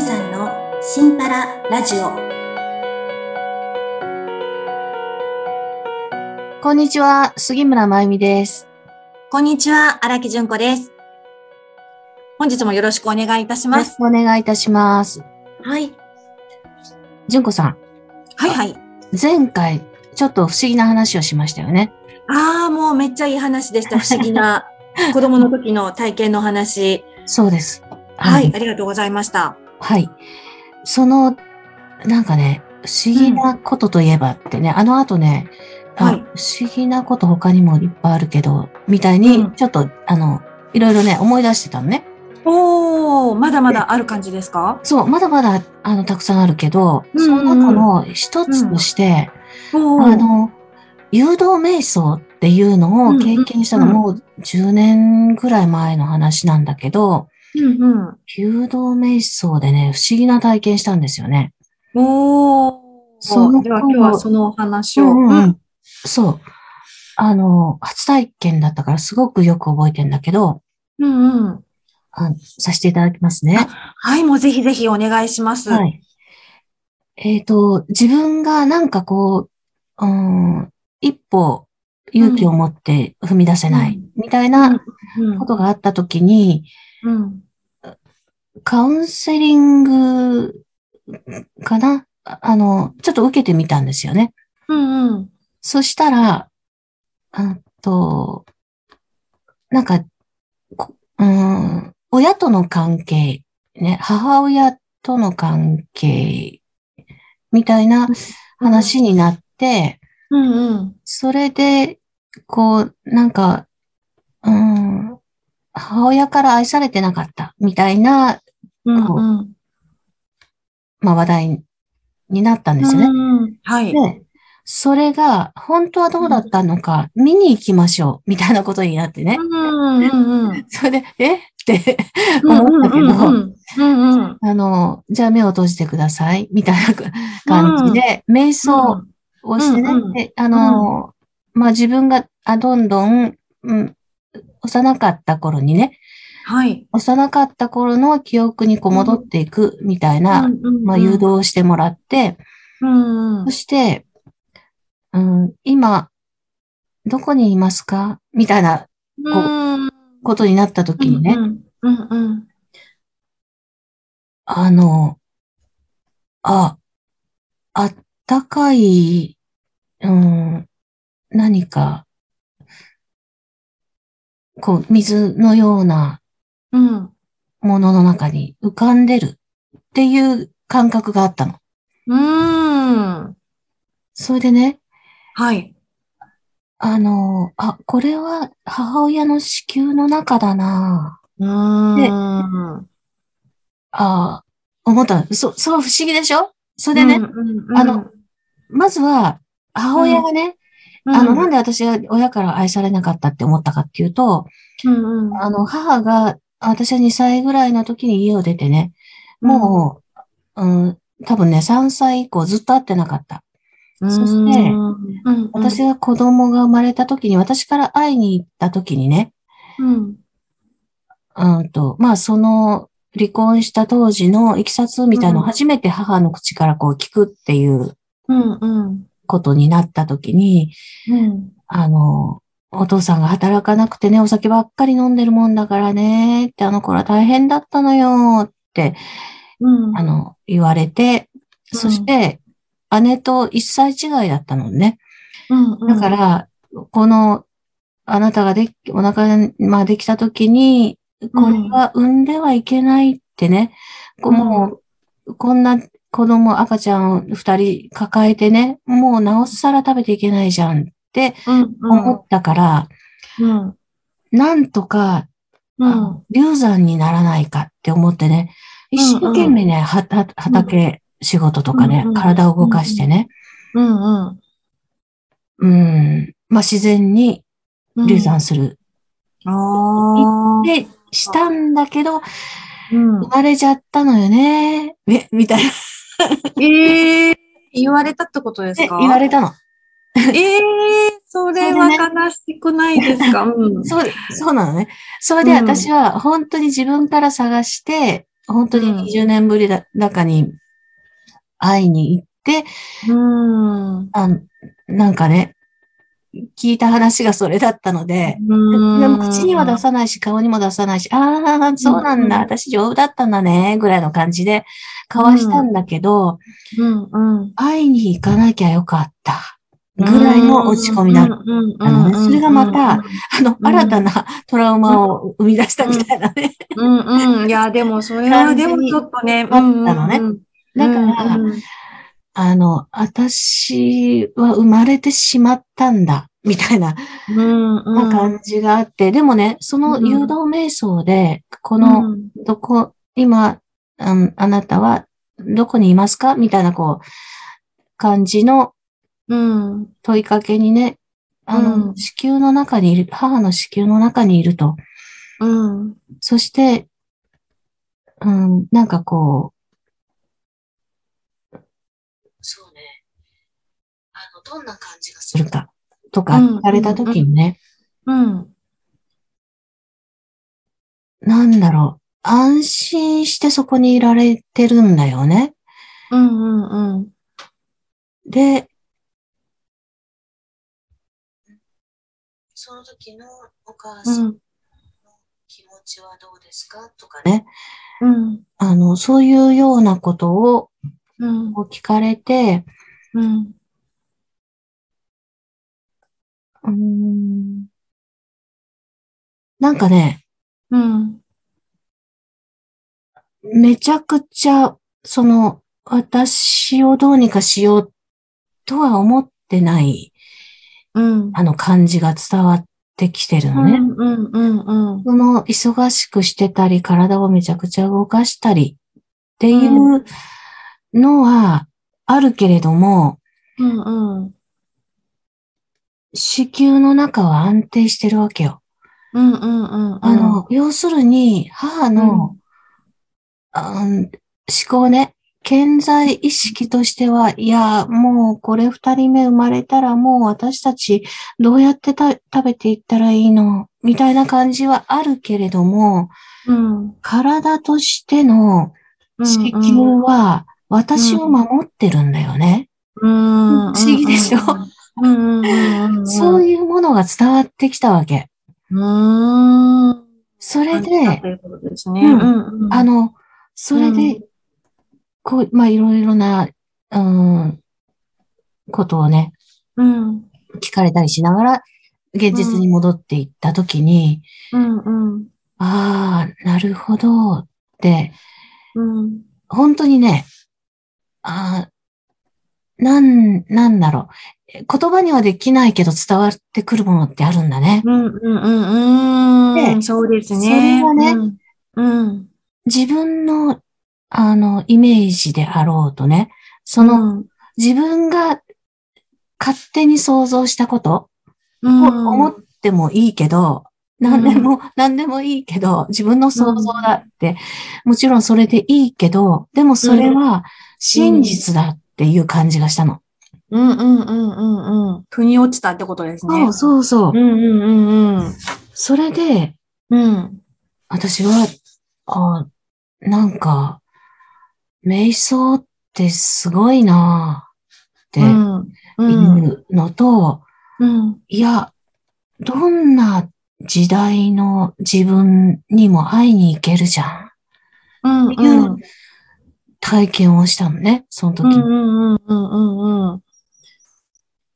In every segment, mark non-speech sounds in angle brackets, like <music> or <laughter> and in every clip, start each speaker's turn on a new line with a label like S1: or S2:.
S1: さんのシンパララジオ。
S2: こんにちは、杉村まゆみです。
S1: こんにちは、荒木純子です。本日もよろしくお願いいたし
S2: よろ
S1: ま
S2: し
S1: す。
S2: くお願いいたします。
S1: はい。
S2: 純子さん、
S1: はいはい。
S2: 前回、ちょっと不思議な話をしましたよね。
S1: ああ、もうめっちゃいい話で <laughs> した。不思議な子供の時の体験の話。
S2: そうです。
S1: はい、。ありがとうございました。
S2: はい。その、なんかね、不思議なことといえばってね、あの後ね、あ
S1: はい
S2: 不思議なこと他にもいっぱいあるけど、みたいに、
S1: うん
S2: ちょっと、あの、いろいろね、思い出してたのね。
S1: おー、まだまだある感じですか
S2: そう、まだまだ、あの、たくさんあるけど、
S1: うんうんうん
S2: その中の一つとして、
S1: お
S2: あ、の、誘導瞑想っていうのを経験したの
S1: うんうん
S2: もう10年ぐらい前の話なんだけど、
S1: うんうん。
S2: 誘導瞑想でね、不思議な体験したんですよね。
S1: おー。
S2: その
S1: では今日はそのお話を。
S2: うんうんうんそう。あの、初体験だったからすごくよく覚えてんだけど、
S1: うんうん。
S2: あさせていただきますね。
S1: はい、もうぜひぜひお願いします。。
S2: はいい。えっ、と、自分がなんかこう、うーん、一歩勇気を持って踏み出せないみたいな
S1: うん
S2: ことがあった時に、
S1: うん。
S2: カウンセリングかなああの、ちょっと受けてみたんですよね。
S1: うんうん。
S2: そしたら、うんと、なんか、こうん、親との関係、ね、母親との関係みたいな話になって、
S1: うんうん。
S2: それで、こう、なんか、うん、母親から愛されてなかったみたいな
S1: うんうん。
S2: まあ、話題になったんですよ
S1: う
S2: ね。
S1: んうんはい。
S2: で、それが本当はどうだったのか見に行きましょうみたいなことになってね
S1: う。んうんうん。
S2: それで、えって、
S1: うん
S2: 思ったけど
S1: うんうんうん。
S2: あの、じゃあ目を閉じてくださいみたいな感じで、瞑想をしてね。
S1: うんうん
S2: であの、まあ、自分があどんどん、うん、幼かった頃にね、
S1: はい。
S2: 幼かった頃の記憶にこう戻っていくみたいな、まあ、誘導をしてもらって、
S1: うんうん
S2: そ。して、うん、今、どこにいますかみたいな
S1: うん
S2: ことになった時にね、
S1: うんうんうん。
S2: あの、あ、あったかい、うん、何か、こう、水のような
S1: うん
S2: ものの中に浮かんでるっていう感覚があったの。
S1: うん。
S2: それでね、
S1: はい。
S2: あの、あ、これは母親の子宮の中だなぁ
S1: うん。
S2: で
S1: うん
S2: ああ、思った。そ、そう不思議でしょそれでね、
S1: うん
S2: あの、まずは、母親がね、あの、なんで私が親から愛されなかったって思ったかっていうと、
S1: うんうん
S2: あの、母が、私は2歳ぐらいの時に家を出てね、もう、うん、多分ね、3歳以降ずっと会ってなかった。
S1: うん、
S2: そして
S1: うんうん、
S2: 私が子供が生まれた時に、私から会いに行った時にね、
S1: うん、
S2: うんと、まあ、その、離婚した当時のいきさつみたいのを
S1: うん
S2: 初めて母の口からこう聞くっていう
S1: うん、うん、
S2: ことになった時に、
S1: うん、
S2: あの、お父さんが働かなくてね、お酒ばっかり飲んでるもんだからね、ってあの頃は大変だったのよ、って、
S1: うん、
S2: あの、言われて、そして、姉と一歳違いだったのね。
S1: うん、
S2: だから、この、あなたができ、お腹が、まあ、できた時に、これは産んではいけないってね、こう
S1: うん
S2: もう、こんな子供、赤ちゃんを二人抱えてね、もうなおさら食べていけないじゃんって
S1: うん、
S2: 思ったから、
S1: うん、
S2: なんとか、
S1: う
S2: あ
S1: ん
S2: の、流産にならないかって思ってね、一生懸命ね、はた畑仕事とかね
S1: うんうん、
S2: 体を動かしてね、
S1: うん、うん、
S2: うん、まあ自然に
S1: うん。
S2: 流産する。
S1: あー
S2: で、したんだけど、
S1: うん
S2: 生まれちゃったのよね、みみたいな、
S1: え
S2: ね、
S1: え言われたってことです
S2: 言
S1: か
S2: われたの。
S1: ええそれは悲しくないです
S2: <laughs>
S1: か、うん。
S2: そう、そうなのね。それで
S1: うん
S2: 私は本当に自分から探して、本当
S1: うん
S2: に20年ぶりだ、中に会いに行って、
S1: うん。
S2: あなんかね、聞いた話がそれだったので、ででも口には出さないし、顔にも出さないし、ああ、そうなんだ、
S1: うん
S2: 私丈夫だったんだね、ぐらいの感じで交わしたんだけど、
S1: うんうん。
S2: 会いに行かなきゃよかった。ぐらいの落ち込みだった。
S1: うん
S2: あのねそれがまた、あの、
S1: うん
S2: 新たなトラウマを生み出したみたいなね。
S1: うんうんうん。いや、でもそれは、
S2: 完
S1: で
S2: 全
S1: も
S2: に
S1: ちょっとね、
S2: あったのね
S1: うんうん
S2: だ
S1: うん。
S2: から、
S1: うんうん
S2: あの、私は生まれてしまったんだ、みたいな
S1: うんうん。
S2: な感じがあって、でもね、その誘導瞑想で、この、
S1: うん
S2: どこ、今、うんあなたはどこにいますかみたいな、こう、感じの
S1: うん。
S2: 問いかけにね、あ
S1: う
S2: の、
S1: ん
S2: 子宮の中にいる、母の子宮の中にいると。
S1: うん。
S2: そして、うん、なんかこう、そうね、あの、どんな感じがするかとか
S1: うん
S2: 聞かれた時にね、
S1: うん。
S2: なんだろう、安心してそこにいられてるんだよね。
S1: うんうんうん。
S2: で、その時のお母
S1: う
S2: さんの
S1: ん
S2: 気持ちはどうですかとかね、
S1: うん
S2: あの、そういうようなことを
S1: うん
S2: こう聞かれて、
S1: うん。
S2: うーんなんかね、
S1: うん。
S2: めちゃくちゃ、その、私をどうにかしようとは思ってない、
S1: うん。
S2: あの感じが伝わってきてる
S1: う
S2: のね。
S1: んうんうんうん。
S2: その、忙しくしてたり、体をめちゃくちゃ動かしたりっていうのはあるけれども、
S1: うんうん。
S2: 子宮の中は安定してるわけよ。
S1: うんうんうん。
S2: あ、の、要するに、母の、あん思考ね、健在意識としては、いや、もうこれ二人目生まれたらもう私たちどうやってた食べていったらいいのみたいな感じはあるけれども、
S1: うん。
S2: 体としての子宮は私を守ってるんだよね。
S1: うん。
S2: 不思議でしょ
S1: うんうんうんうん。
S2: そういうものが伝わってきたわけ。
S1: うーん。
S2: それ
S1: あっ
S2: で
S1: た、ということですね。
S2: うん
S1: うんうん
S2: あ、の、それ
S1: う
S2: で、こう、まあ、いろいろな、うん、ことをね、
S1: うん。
S2: 聞かれたりしながら、現実に戻っていったときに、
S1: うんうん。
S2: ああ、なるほど、って、
S1: うん。
S2: 本当にね、ああ、なん、なんだろう。言葉にはできないけど伝わってくるものってあるんだね。
S1: うんうんうんうん。
S2: で
S1: そうですね。
S2: それはね
S1: うん。うん。
S2: 自分の、あの、イメージであろうとね、そ
S1: そ
S2: の、自分が勝手に想像したことを思ってもいいけど、何でも、何でもいいけど、自分の想像だって、もちろんそれでいいけど、でもそれは真実だっていう感じがしたの。
S1: うんうんうんうんうん。腑に落ちたってことですね。う。
S2: そうそうそう。
S1: んうんうんうん。
S2: それで、
S1: うん。
S2: 私は、あなんか、瞑想ってすごいな
S1: う
S2: ぁっ
S1: ん。
S2: ていうのと、
S1: うん。
S2: いや、どんな時代の自分にも会いに行けるじゃん。
S1: うん。
S2: っていう体験をしたのね、その時
S1: うん
S2: に。
S1: うんうんうんうんうん。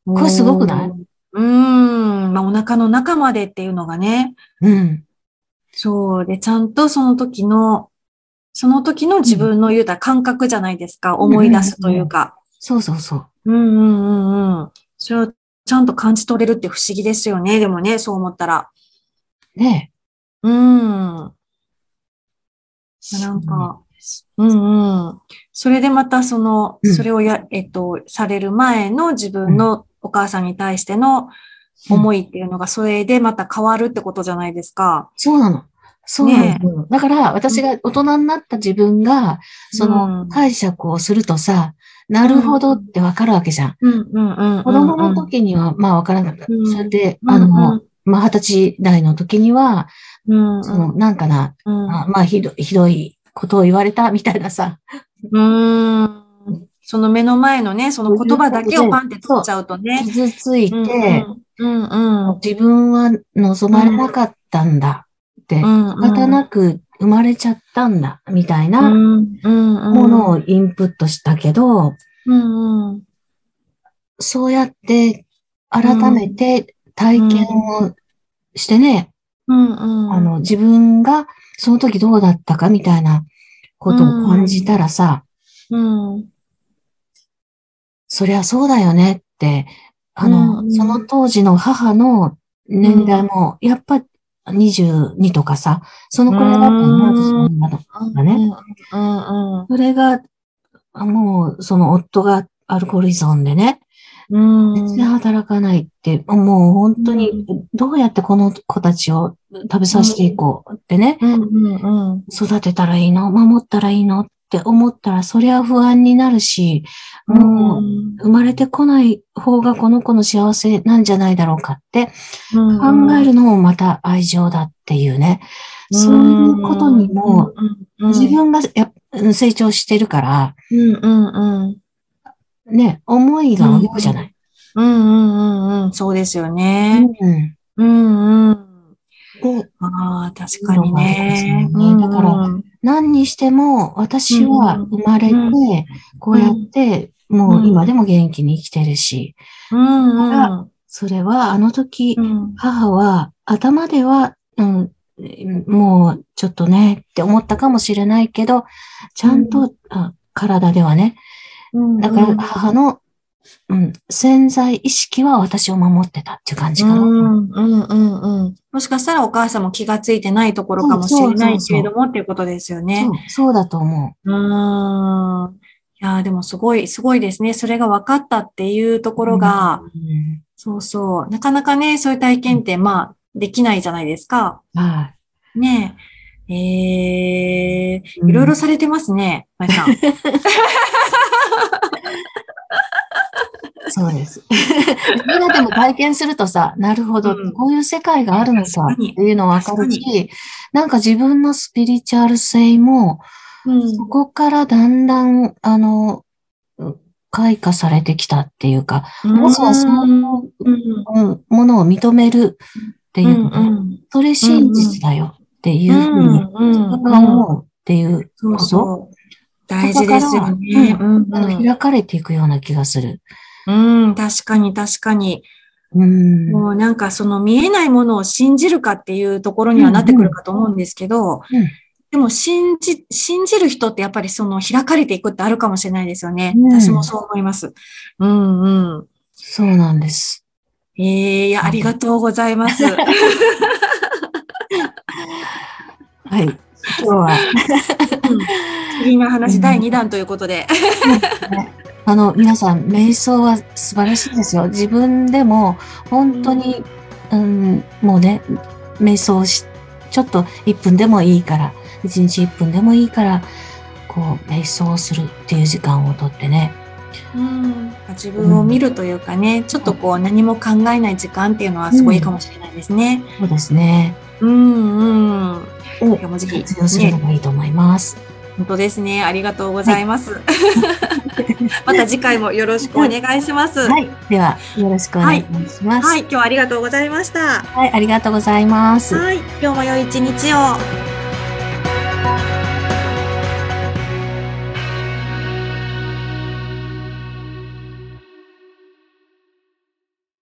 S1: こ
S2: これすごくない
S1: うん。まあ、お腹の中までっていうのがね。
S2: うん。
S1: そう。で、ちゃんとその時の、その時の自分の言うたら感覚じゃないですか。思い出すというか。
S2: そうそうそう。
S1: うんうんうんうん。それをちゃんと感じ取れるって不思議ですよね。でもね、そう思ったら。
S2: ね
S1: うん。なんか、うんうん。それでまたその、
S2: うん
S1: それをや、えっと、される前の自分のお母さんに対しての思
S2: い。
S1: いっていうのが、それでまた変わるってことじゃないですか。
S2: そうなの。そうなの。だから、私が大人になった自分が、そ
S1: うん
S2: の解釈をするとさ、なるほどってわかるわけじゃん。
S1: うんうんうんうん。
S2: 子供の時には、まあわからなかった。
S1: うん
S2: それで、
S1: うん
S2: あ
S1: うん、
S2: の、まあ二十歳代の時には、
S1: うんうん、
S2: その、なんかな、
S1: うん
S2: あまあひどひどいことを言われたみたいなさ。
S1: うーん。その目の前のね、その言葉だけをパンって取っちゃうとね。
S2: 傷ついて、
S1: うんうん。うん
S2: 自分は望まれなかったんだって、
S1: うん。
S2: 仕方なく生まれちゃったんだ、みたいなも
S1: も
S2: のをインプットしたけど、
S1: うんうん。
S2: そうやって改めて体験をしてね、
S1: うんうん。
S2: あの、自分がその時どうだったかみたいなことを感じたらさ、
S1: うん、
S2: そりゃそうだよねって、あの、
S1: うんうん
S2: その当時の母の年代も、やっぱ22とかさ、そのくらいだった
S1: う
S2: の、
S1: ん
S2: 私の女の子
S1: うん。うん
S2: それが、あもう、その夫がアルコール依存でね、
S1: うん。
S2: 全然働かないって、もう本当に、どうやってこの子たちを食べさせていこうってね、
S1: うんうんうん。
S2: 育てたらいいの守ったらいいのって思ったら、そりゃ不安になるし、もう、生まれてこない方がこの子の幸せなんじゃないだろうかって
S1: うん
S2: 考えるのもまた愛情だっていうね。そういうことにも、、
S1: うん
S2: 自、分がやうん成長してるから、
S1: うんうんうん。
S2: ね、思いが動くじゃない。
S1: うんうんうんうん。そうですよね。
S2: うん
S1: うんうん。
S2: で、
S1: ああ、確かにね。
S2: だから何にしても私は生まれて
S1: う、
S2: こうやって、もう今でも元気に生きてるし、
S1: うんうん。
S2: それはあの時、
S1: うん
S2: 母は頭では、うん、もうちょっとねって思ったかもしれないけど、ちゃんと、
S1: うん
S2: あ体ではね。
S1: うん。
S2: だから母の、うん、潜在意識は私を守ってたっていう感じかな。
S1: うんうんうんうん。もしかしたらお母さんも気がついてないところかもしれないけれどもっていうことですよね
S2: そ。うそうだと思
S1: うーん。いやーでもすごい、すごいですね。それが分かったっていうと
S2: う。
S1: ころが、
S2: うん、
S1: そうそう。なかなかね、そういう体験って、まあ、できないじゃないですか。
S2: は
S1: ねえ。えー
S2: うん
S1: いろいろされてますね、まゆさ
S2: <laughs>
S1: ん。
S2: い。そうです。みんなでも体験するとさ、なるほど、
S1: うん
S2: こういう世界があるのさ、
S1: 確
S2: っ
S1: かに
S2: ていうのわかる
S1: 確
S2: し、なんか自分のスピリチュアル性も、
S1: うん
S2: そこからだんだん、あの、う開花されてきたっていうか、まずはそういう
S1: うん
S2: うんものを認めるっていうう、
S1: んうん
S2: それ真実だよっていう
S1: う
S2: ふうに、
S1: んうん
S2: 自分が思うっていう
S1: そ
S2: こ
S1: う
S2: と、
S1: そう。大事ですよね。
S2: そこか
S1: うんうん
S2: あの開かれていくような気がする。
S1: うん、確かに確かに。
S2: うん。
S1: もうなんかその見えないものを信じるかっていうところにはなってくるかと思うんですけど、
S2: うん
S1: でも信じ、信じる人ってやっぱりその開かれていくってあるかもしれないですよね。
S2: うん
S1: 私もそう思います。うんうん。
S2: そうなんです。
S1: えー、いや、ありがとうござい
S2: <laughs>
S1: ます。
S2: はい。今日は、
S1: 次の話第2弾ということで。
S2: あの、皆さん、瞑想は素晴らしいですよ。自分でも、本当に、うん、もうね、瞑想し、ちょっと1分でもいいから、1日1分でもいいから、こう、瞑想するっていう時間をとってね。
S1: うん自分を見るというかね、ちょっとこう何も考えない時間っていうのはすごいいいかもしれないですね。
S2: そうですね。
S1: うんうん。
S2: を
S1: いやもうぜひ
S2: 活用するのがいいと思います。
S1: 本当ですね。ありがとうございます。また次回もよろしくお願いします。は、
S2: はいい。では、よろしくお願いします。はい。
S1: 今日はありがとうございました。
S2: ありがとうございます。
S1: はい、今日も良い一日を。